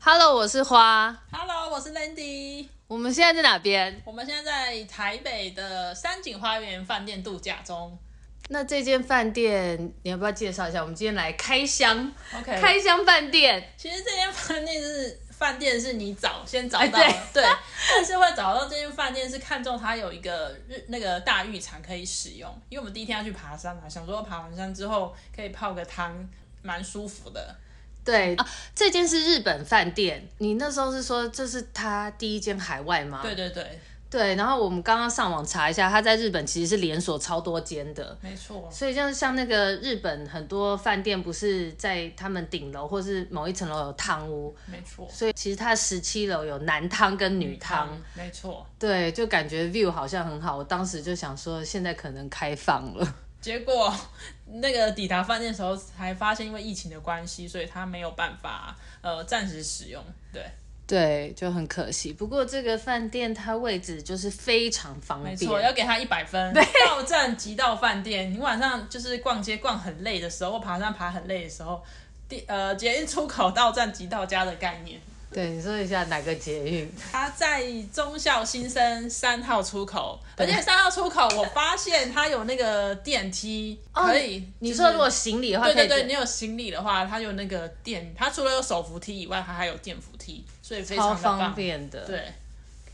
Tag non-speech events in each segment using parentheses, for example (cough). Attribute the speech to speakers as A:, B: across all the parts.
A: Hello，我是花。
B: Hello，我是 Landy。
A: 我们现在在哪边？
B: 我们现在在台北的山景花园饭店度假中。
A: 那这间饭店你要不要介绍一下？我们今天来开箱，
B: OK，
A: 开箱饭店。
B: 其实这间饭店是饭店是你找先找
A: 哎
B: 到、
A: 对
B: 对，但是会找到这间饭店是看中它有一个日那个大浴场可以使用，因为我们第一天要去爬山嘛，想说爬完山之后可以泡个汤，蛮舒服的。
A: 对啊，这间是日本饭店。你那时候是说这是他第一间海外吗？
B: 对对对，
A: 对。然后我们刚刚上网查一下，他在日本其实是连锁超多间的。
B: 没错。
A: 所以就是像那个日本很多饭店，不是在他们顶楼或是某一层楼有汤屋，
B: 没错，
A: 所以其实它十七楼有男汤跟女汤。
B: 没错。
A: 对，就感觉 view 好像很好，我当时就想说，现在可能开放了。
B: 结果那个抵达饭店的时候，才发现因为疫情的关系，所以它没有办法呃暂时使用。对，
A: 对，就很可惜。不过这个饭店它位置就是非常方
B: 没错，
A: 便，
B: 要给他一百分。到站即到饭店，你晚上就是逛街逛很累的时候，或爬山爬很累的时候，第呃捷运出口到站即到家的概念。
A: 对，你说一下哪个捷运？
B: 它在忠孝新生三号出口，而且三号出口我发现它有那个电梯，
A: 哦
B: 可以。
A: 你
B: 就是
A: 说如果行李的话，
B: 对对
A: 可以
B: 对，你有行李的话，它有那个电，它除了有手扶梯以外，它还有电扶梯，所以非常
A: 超
B: 的
A: 方
B: 棒。
A: 便的。
B: 对，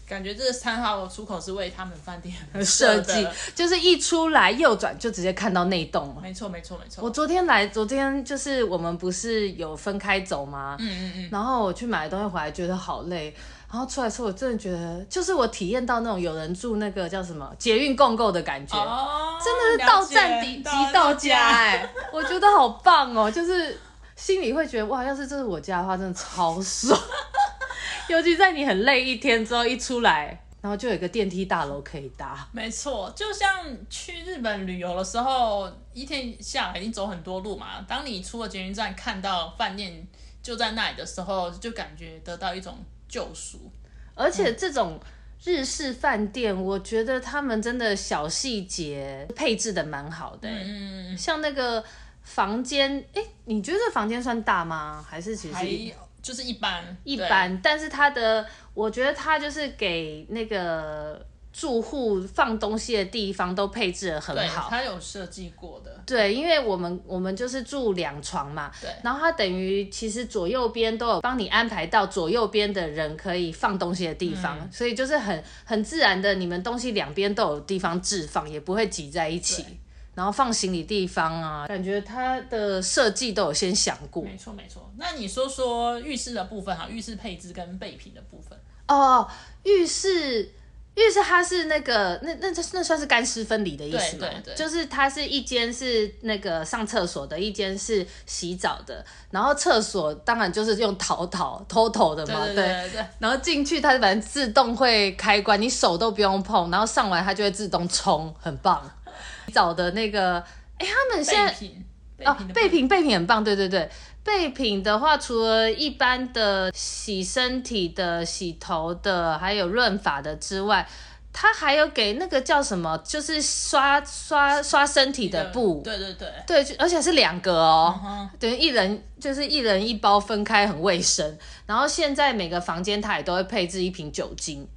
B: 感觉这三号出口是为他们饭店而
A: 设
B: 设
A: 计
B: 的
A: 就是一出来右转就直接看到那栋了。
B: 没错没错没错
A: 我。昨天来，昨天就是我们不是有分开走吗？
B: 嗯嗯嗯，
A: 然后我去买东西回来，觉得好累。然后出来之后，我真的觉得，就是我体验到那种有人住那个叫什么捷运共购的感觉，
B: 哦，
A: 真的是到站即
B: 底
A: 即到家、哎、我觉得好棒哦，就是心里会觉得哇，要是这是我家的话，真的超爽。 (laughs) 尤其在你很累一天之后一出来，然后就有一个电梯大楼可以搭。
B: 没错，就像去日本旅游的时候，一天下来你走很多路嘛。当你出了捷运站，看到饭店就在那里的时候，就感觉得到一种救赎。
A: 而
B: 嗯
A: 且这种日式饭店，我觉得他们真的小细节配置的蛮好的、欸
B: 嗯，
A: 像那个房间，哎、你觉得房间算大吗？还是其
B: 还
A: 实一
B: 就是一般
A: 一
B: 对
A: 般？但是它的，我觉得它就是给那个住户放东西的地方都配置的很
B: 对，
A: 好。
B: 它有设计过的，
A: 对，因为我们我们就是住两床嘛，
B: 对
A: 然后它等于其实左右边都有帮你安排到左右边的人可以放东西的地方，
B: 嗯
A: 所以就是很很自然的，你们东西两边都有地方置放，也不会挤在一起。然后放行李地方啊，感觉它的设计都有先想过
B: 没错没错。那你说说浴室的部分哈，浴室配置跟备品的部分，
A: 哦。浴室，浴室它是那个那那那那算是干湿分离的意思吗？
B: 对对对
A: 就是它是一间是那个上厕所的，一间是洗澡的，然后厕所当然就是用淘淘偷偷的
B: 对
A: 嘛，
B: 对对对，
A: 然后进去它反正自动会开关，你手都不用碰，然后上完它就会自动冲，很棒。找的那个，哎、他们现在
B: 备品备
A: 哦
B: 品的部分
A: 备品备品很棒，对对对。备品的话，除了一般的洗身体的、洗头的，还有润发的之外，它还有给那个叫什么，就是刷刷刷身体的布，
B: 对对对，
A: 对，就而且是两个哦。
B: 嗯哼，
A: 等于一人就是一人一包分开，很卫生。然后现在每个房间它也都会配置一瓶酒精，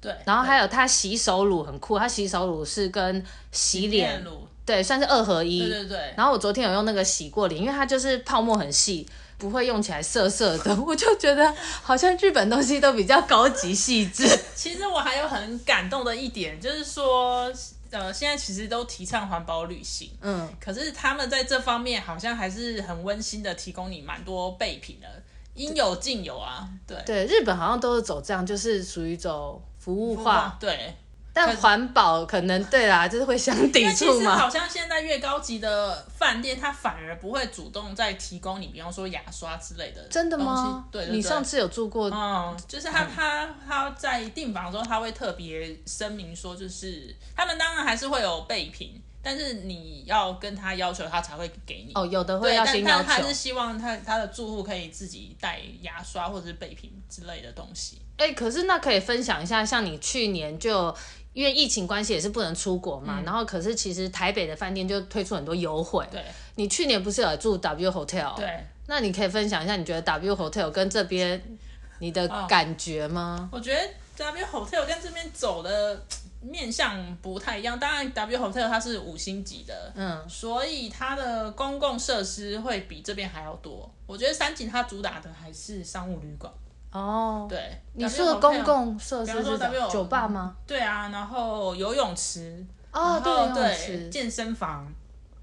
B: 对，
A: 然后还有它洗手乳很酷，它洗手乳是跟洗脸
B: 面乳，
A: 对算是二合一。
B: 对对对，
A: 然后我昨天有用那个洗过脸，因为它就是泡沫很细，不会用起来涩涩的， (laughs) 我就觉得好像日本东西都比较高级细
B: (laughs)
A: 致。
B: 其实我还有很感动的一点，就是说，呃，现在其实都提倡环保旅行，
A: 嗯，
B: 可是他们在这方面好像还是很温馨的，提供你蛮多备品的，应有尽有啊。对，
A: 对，日本好像都是走这样，就是属于走服务化，
B: 对，
A: 但环保可能对啦，就是会相抵
B: 但哎其
A: 触
B: 实
A: 嘛。
B: 好像现在越高级的饭店，它反而不会主动再提供你，比方说牙刷之类的东西。
A: 真的吗？
B: 对对对。
A: 你上次有住过？
B: 嗯，就是他他他在订房的时候，他会特别声明说，就是他们当然还是会有备品，但是你要跟他要求，他才会给你。
A: 哦，有的会
B: 对，
A: 要
B: 但
A: 先要
B: 但他
A: 求
B: 还。是希望他他的住户可以自己带牙刷或者是备品之类的东西。
A: 哎、可是那可以分享一下，像你去年就因为疫情关系也是不能出国嘛，然后可是其实台北的饭店就推出很多优惠。
B: 嗯对
A: 你去年不是有住 W Hotel？
B: 对，
A: 那你可以分享一下，你觉得 W Hotel 跟这边你的
B: 哦
A: 感觉吗？
B: 我觉得 W Hotel 跟这边走的面向不太一样，当然 W Hotel 它是五星级的，
A: 嗯，
B: 所以它的公共设施会比这边还要多。我觉得三井它主打的还是商务旅馆，
A: 哦，
B: 对。
A: 你
B: W
A: 说的
B: Hotel
A: 公共设
B: 比
A: 施
B: 方说
A: 是什
B: W-
A: 么酒吧吗？
B: 对啊，然后游泳池，
A: 哦，
B: 然后
A: 对，游泳
B: 对
A: 池，
B: 健身房、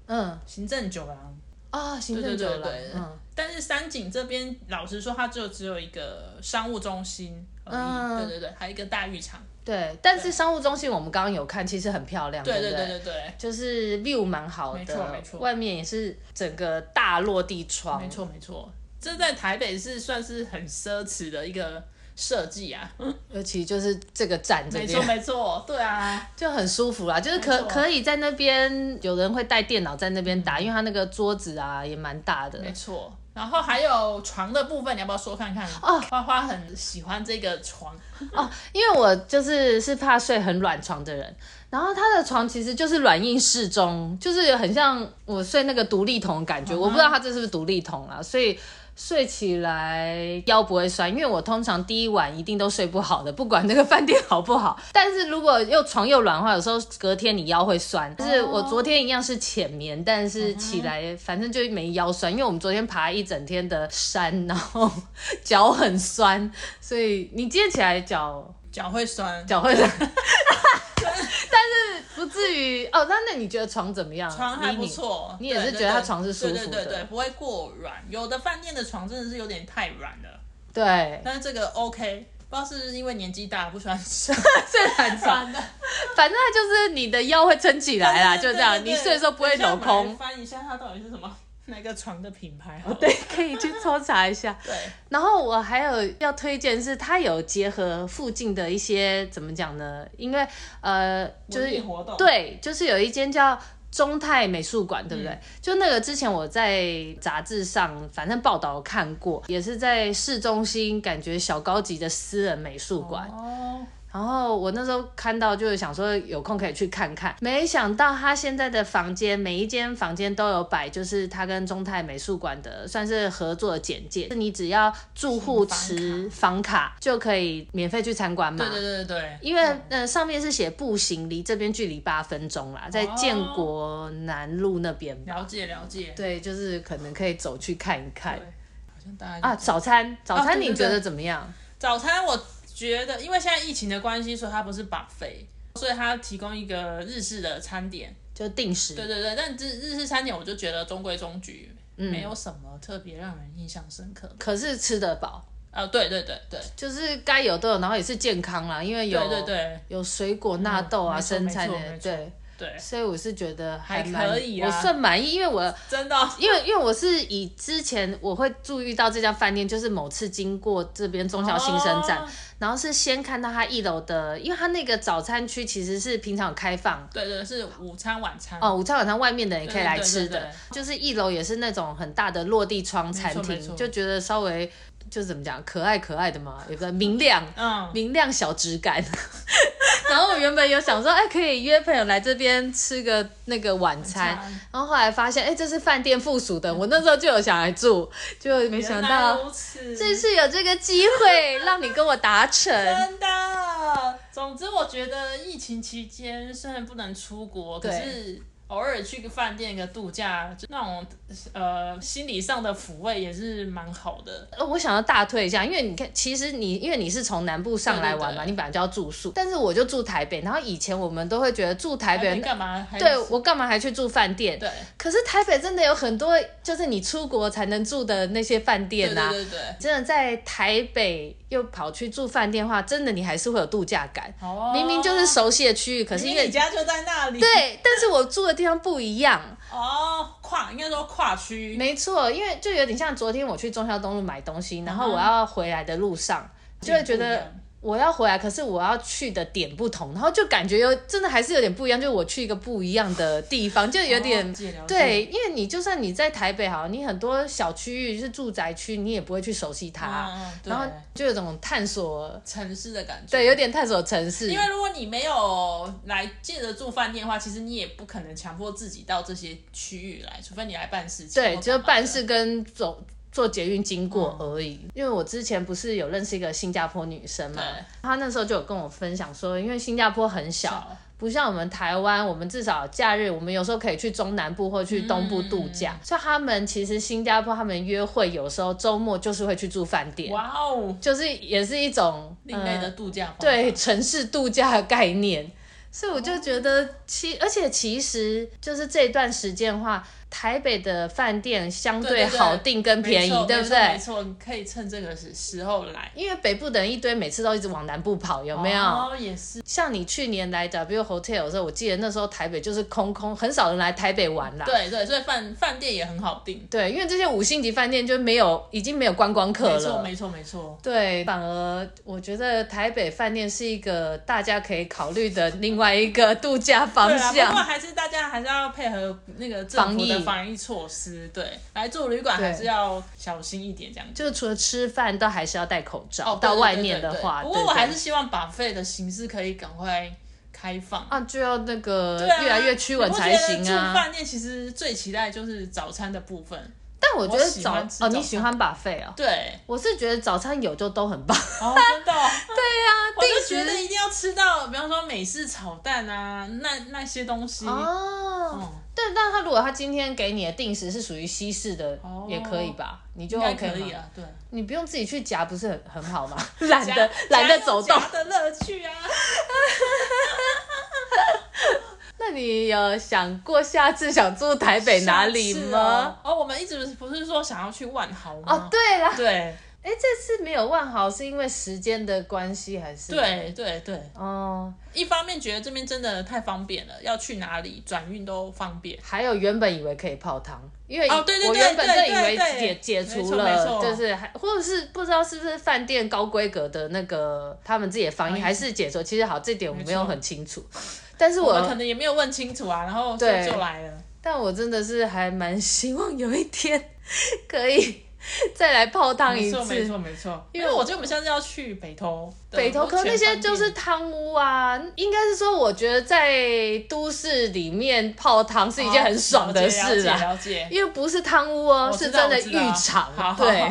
A: 嗯，
B: 行政酒廊。
A: 哦，行政酒
B: 对
A: 廊
B: 对对，对
A: 嗯
B: 但是三井这边老实说，它就只有一个商务中心而已，
A: 嗯
B: 对对对，还有一个大浴场，
A: 对，但是商务中心我们刚刚有看，其实很漂亮，
B: 对
A: 不
B: 对对对对，
A: 就是 view 蛮好
B: 没错
A: 的
B: 没，错
A: 外面也是整个大落地窗
B: 没，错没错，这在台北是算是很奢侈的一个设计啊，
A: 尤其就是这个站这
B: 没错
A: 边
B: 没错，对啊，
A: 就很舒服啦，就是
B: 没
A: 可
B: 错嗯
A: 可以在那边，有人会带电脑在那边打，因为他那个桌子啊也蛮大的
B: 没，错。然后还有床的部分，你要不要说看看？花花很喜欢这个床，
A: 哦，因为我就是是怕睡很软床的人，然后他的床其实就是软硬适中，就是很像我睡那个独立筒的感觉，我不知道他这是不是独立筒啦，所以睡起来腰不会酸，因为我通常第一晚一定都睡不好的，不管那个饭店好不好。但是如果又床又软的话，有时候隔天你腰会酸，就是我昨天一样是浅眠，但是起来反正就没腰酸，因为我们昨天爬一整天的山，然后 (laughs) 脚很酸，所以你今天起来脚。
B: 脚会酸，
A: 脚会冷，但是不至于哦。那那你觉得床怎么样？
B: 床还
A: 你
B: 不
A: 你
B: 错。
A: 你也是
B: 对对
A: 觉得它
B: 对
A: 床是舒服
B: 对对对
A: 的
B: 对，不会过软。有的饭店的床真的是有点太软了，
A: 对，
B: 但是这个 OK，不知道是不是因为年纪大不喜欢睡
A: 睡很酸。
B: 的，
A: (laughs) 反正就是你的腰会撑起来啦，
B: 对
A: 就
B: 对
A: 这样。
B: 对对
A: 你睡的时候不会
B: 等
A: 镂
B: 一下我们
A: 空，
B: 来翻一下它到底是什么哪个床的品牌好了？
A: 哦对，可以去抽查一下。
B: 对，
A: 然后我还有要推荐是，它有结合附近的一些怎么讲呢？因为呃，就
B: 文艺
A: 是
B: 活动，
A: 对，就是有一间叫中泰美术馆，对不对？
B: 嗯
A: 就那个之前我在杂志上反正报道有看过，也是在市中心，感觉小高级的私人美术馆。
B: 哦，
A: 然后我那时候看到，就是想说有空可以去看看。没想到他现在的房间，每一间房间都有摆，就是他跟中泰美术馆的算是合作的简介。你只要住户持房卡就可以免费去参观嘛。
B: 对对对对对，
A: 因为、呃上面是写步行离这边距离八分钟啦，
B: 哦
A: 在建国南路那边。
B: 了解了解，
A: 对，就是可能可以走去看一看
B: 好像大家
A: 啊。早餐，早餐
B: 哦对
A: 你
B: 对对
A: 觉得怎么样？
B: 早餐我觉得，因为现在疫情的关系，所以它不是把费，所以它提供一个日式的餐点。
A: 就定时。
B: 对对对，但日日式餐点我就觉得中规中矩，
A: 嗯
B: 没有什么特别让人印象深刻。
A: 可是吃得饱，
B: 啊，对对对对
A: 就是该有都有，然后也是健康啦，因为有
B: 对对对
A: 有水果、纳豆啊、
B: 没错
A: 生菜
B: 没
A: 的
B: 错没，错
A: 对，
B: 对，
A: 所以我是觉得
B: 还
A: 蛮
B: 可以啊
A: 我算满意，因为我
B: 真的哦
A: 因为因为我是以之前我会注意到这家饭店，就是某次经过这边中小新生站，
B: 哦
A: 然后是先看到它一楼的，因为它那个早餐区其实是平常有开放。
B: 对对是午餐晚餐。
A: 哦，午餐晚餐外面的人也可以来
B: 对对
A: 吃的，
B: 对对
A: 就是一楼也是那种很大的落地窗餐
B: 没错没
A: 厅，
B: 错
A: 就觉得稍微就怎么讲，可爱可爱的嘛，有个明亮，
B: 嗯，
A: 明亮小质感。 (laughs) 然后我原本有想说，哎，可以约朋友来这边吃个那个晚餐
B: 晚餐，嗯
A: 然后后来发现，哎，这是饭店附属的，我那时候就有想来住，就没想
B: 原来
A: 到
B: 如此，
A: 这次有这个机会让你跟我达
B: (laughs)
A: 成。
B: 真的。总之，我觉得疫情期间虽然不能出国，可
A: 对
B: 是偶尔去个饭店、个度假，就那种呃心理上的抚慰也是蛮好的。
A: 呃我想要大退一下，因为你看，其实你因为你是从南部上来玩嘛，
B: 对对对
A: 你本来就要住宿，但是我就住台北，然后以前我们都会觉得住台
B: 还
A: 北
B: 没，啊干嘛？还
A: 对我干嘛还去住饭店？
B: 对
A: 可是台北真的有很多，就是你出国才能住的那些饭
B: 对
A: 店啊呐、
B: 对对对。
A: 真的在台北又跑去住饭店的话，真的你还是会有度假感。
B: 哦
A: 明明就是熟悉的区域，可是因
B: 明明
A: 为
B: 你家就在那里。
A: 对，但是我住的地方不一样。
B: 哦，跨应该说跨区。
A: 没错，因为就有点像昨天我去中孝东路买东西，然后
B: 嗯哼
A: 我要回来的路上，就会觉
B: 嗯不一
A: 得
B: 样
A: 我要回来，可是我要去的点不同，然后就感觉有真的还是有点不一样，就我去一个不一样的地方，就有点
B: 哦了解了解
A: 对，因为你就算你在台北好了，你很多小区域是住宅区，你也不会去熟悉它，
B: 嗯嗯对
A: 啊然后就有种探索，
B: 城市的感觉。
A: 对，有点探索城市
B: 因。为如果你没有来借着住饭店的话，其实你也不可能强迫自己到这些区域来，除非你来办事情。
A: 对，
B: 或
A: 就是
B: 干嘛的
A: 办。事跟走坐捷运经过而已。因为我之前不是有认识一个新加坡女生嘛
B: 嗯对，
A: 她那时候就有跟我分享说，因为新加坡很小，
B: 小
A: 不像我们台湾，我们至少假日我们有时候可以去中南部或去东部度假。
B: 嗯
A: 所以他们其实新加坡他们约会有时候周末就是会去住饭店，
B: 哇哦，
A: 就是也是一种
B: 另类的
A: 呃
B: 度假、方
A: 对
B: 法，
A: 城市度假的概念。所以我就觉
B: 哦
A: 得其，而且其实就是这段时间的话，台北的饭店相
B: 对对对
A: 好订跟便宜，
B: 没错
A: 对不
B: 没错
A: 对
B: 没？错，你可以趁这个时时候来，
A: 因为北部的人一堆，每次都一直往南部跑，有没有？
B: 哦、也是
A: 像你去年来 W Hotel 的时候，我记得那时候台北就是空空，很少人来台北玩啦。
B: 对对，所以饭饭店也很好订，
A: 对，因为这些五星级饭店就没有，已经没有观光客
B: 没错
A: 了。
B: 没错没错，
A: 对，反而我觉得台北饭店是一个大家可以考虑的另外一个度假方
B: 对啊，不
A: 向
B: 过。还是大家还是要配合那个政
A: 防
B: 府
A: 疫
B: 的防疫措施，对，来住旅馆还
A: 对
B: 是要小心一点这样子。
A: 就是除了吃饭，都还是要戴口罩。
B: 哦，对
A: 到
B: 对
A: 外
B: 对
A: 面的
B: 对
A: 话，
B: 不过我
A: 对对
B: 还是希望把费的形式可以赶快开放。
A: 啊，就要那个
B: 对啊
A: 越来越趋稳才
B: 你不
A: 行
B: 觉得住
A: 啊。
B: 饭店其实最期待就是早餐的部分，
A: 但我觉
B: 我
A: 得
B: 喜
A: 早
B: 欢吃
A: 哦，你
B: 早
A: 喜
B: 餐
A: 欢把费哦？
B: 对，
A: 我是觉得早餐有就都很棒。 (laughs)
B: 哦，真的、对呀、我就觉
A: 定
B: 得
A: 时
B: 一定要吃到，比方说美式炒蛋啊，那那些东西。
A: 哦，
B: 嗯
A: 但但他如果他今天给你的定时是属于西式的，
B: 哦
A: 也可以吧？你就
B: 应该
A: OK
B: 可以
A: 吗
B: 啊，对，
A: 你不用自己去夹，不是很很好吗？懒得
B: 夹
A: 懒得走动
B: (laughs) 夹。有夹的乐趣啊！
A: 那你有想过下次想住台北哪里
B: 下次
A: 吗？
B: 哦？哦，我们一直不是说想要去万豪
A: 哦
B: 吗，？
A: 对啦，
B: 对
A: 哎，这次没有万豪是因为时间的关系还是？，
B: 对对对，
A: 哦，
B: 一方面觉得这边真的太方便了，要去哪里转运都方便。
A: 还有原本以为可以泡汤，因为
B: 哦对对
A: 我
B: 对
A: 原本就
B: 对
A: 以
B: 对
A: 为
B: 对
A: 解解
B: 没
A: 除
B: 错没
A: 了，
B: 错
A: 就是还或者是不知道是不是饭店高规格的那个他们自己的防疫
B: 疫
A: 还是解除，其实好这点我没有
B: 没错
A: 很清楚，但是
B: 我们
A: 我
B: 可能也没有问清楚啊，然后就
A: 对
B: 就来了。
A: 但我真的是还蛮希望有一天 (laughs) 可以再来泡汤
B: 没
A: 一
B: 错没
A: 次。
B: 错没错，
A: 因
B: 因
A: 为
B: 为我觉得我们下次要去北投的
A: 北投
B: 温
A: 可
B: 泉
A: 那些
B: 饭店
A: 就是汤屋啊，应该是说，我觉得在都市里面泡汤是一件很爽的事
B: 啊，
A: 啊，
B: 了解。了解
A: 因为不是汤屋哦，
B: 我
A: 是
B: 知
A: 真
B: 道
A: 的
B: 我知道
A: 浴场
B: 好好，好
A: 对。
B: (laughs)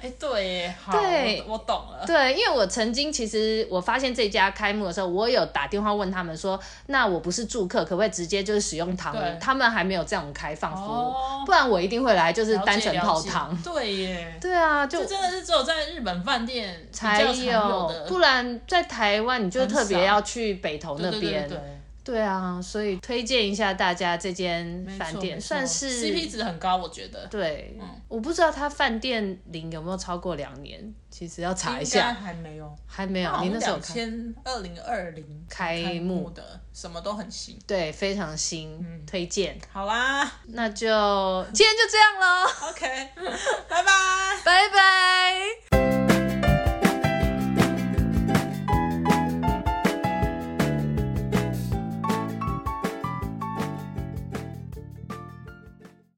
B: 哎，对耶，好，
A: 对
B: 我我懂了。
A: (laughs) 对，因为我曾经其实我发现这家开幕的时候，我有打电话问他们说，那我不是住客，可不可以直接就是使用汤
B: 对
A: 屋？他们还没有这种开放服务，
B: 哦
A: 不然我一定会来，就是
B: 了解
A: 单纯泡
B: 了
A: 汤
B: 解。对耶，
A: 对啊，就
B: 这真的是只有在日本饭店比较
A: 才
B: 常有
A: 有，
B: 的，
A: 不然在台湾你就
B: 很
A: 特别
B: 少
A: 要去北投那
B: 对对对
A: 边。
B: 对对
A: 对啊，所以推荐一下大家这间
B: 没错
A: 饭店，
B: 没错
A: 算是
B: CP 值嗯很高，我觉得
A: 对，我不知道他饭店龄有没有超过两年，其实要查一
B: 应
A: 下，
B: 该还没有。
A: 还没有。你那时候有
B: 两
A: 看？
B: 千二零二零
A: 开幕
B: 幕嗯的，什么都很新。
A: 对，非常新，推荐。
B: 好啦
A: 那就今天就这样喽，
B: ，OK，拜拜。
A: 拜拜。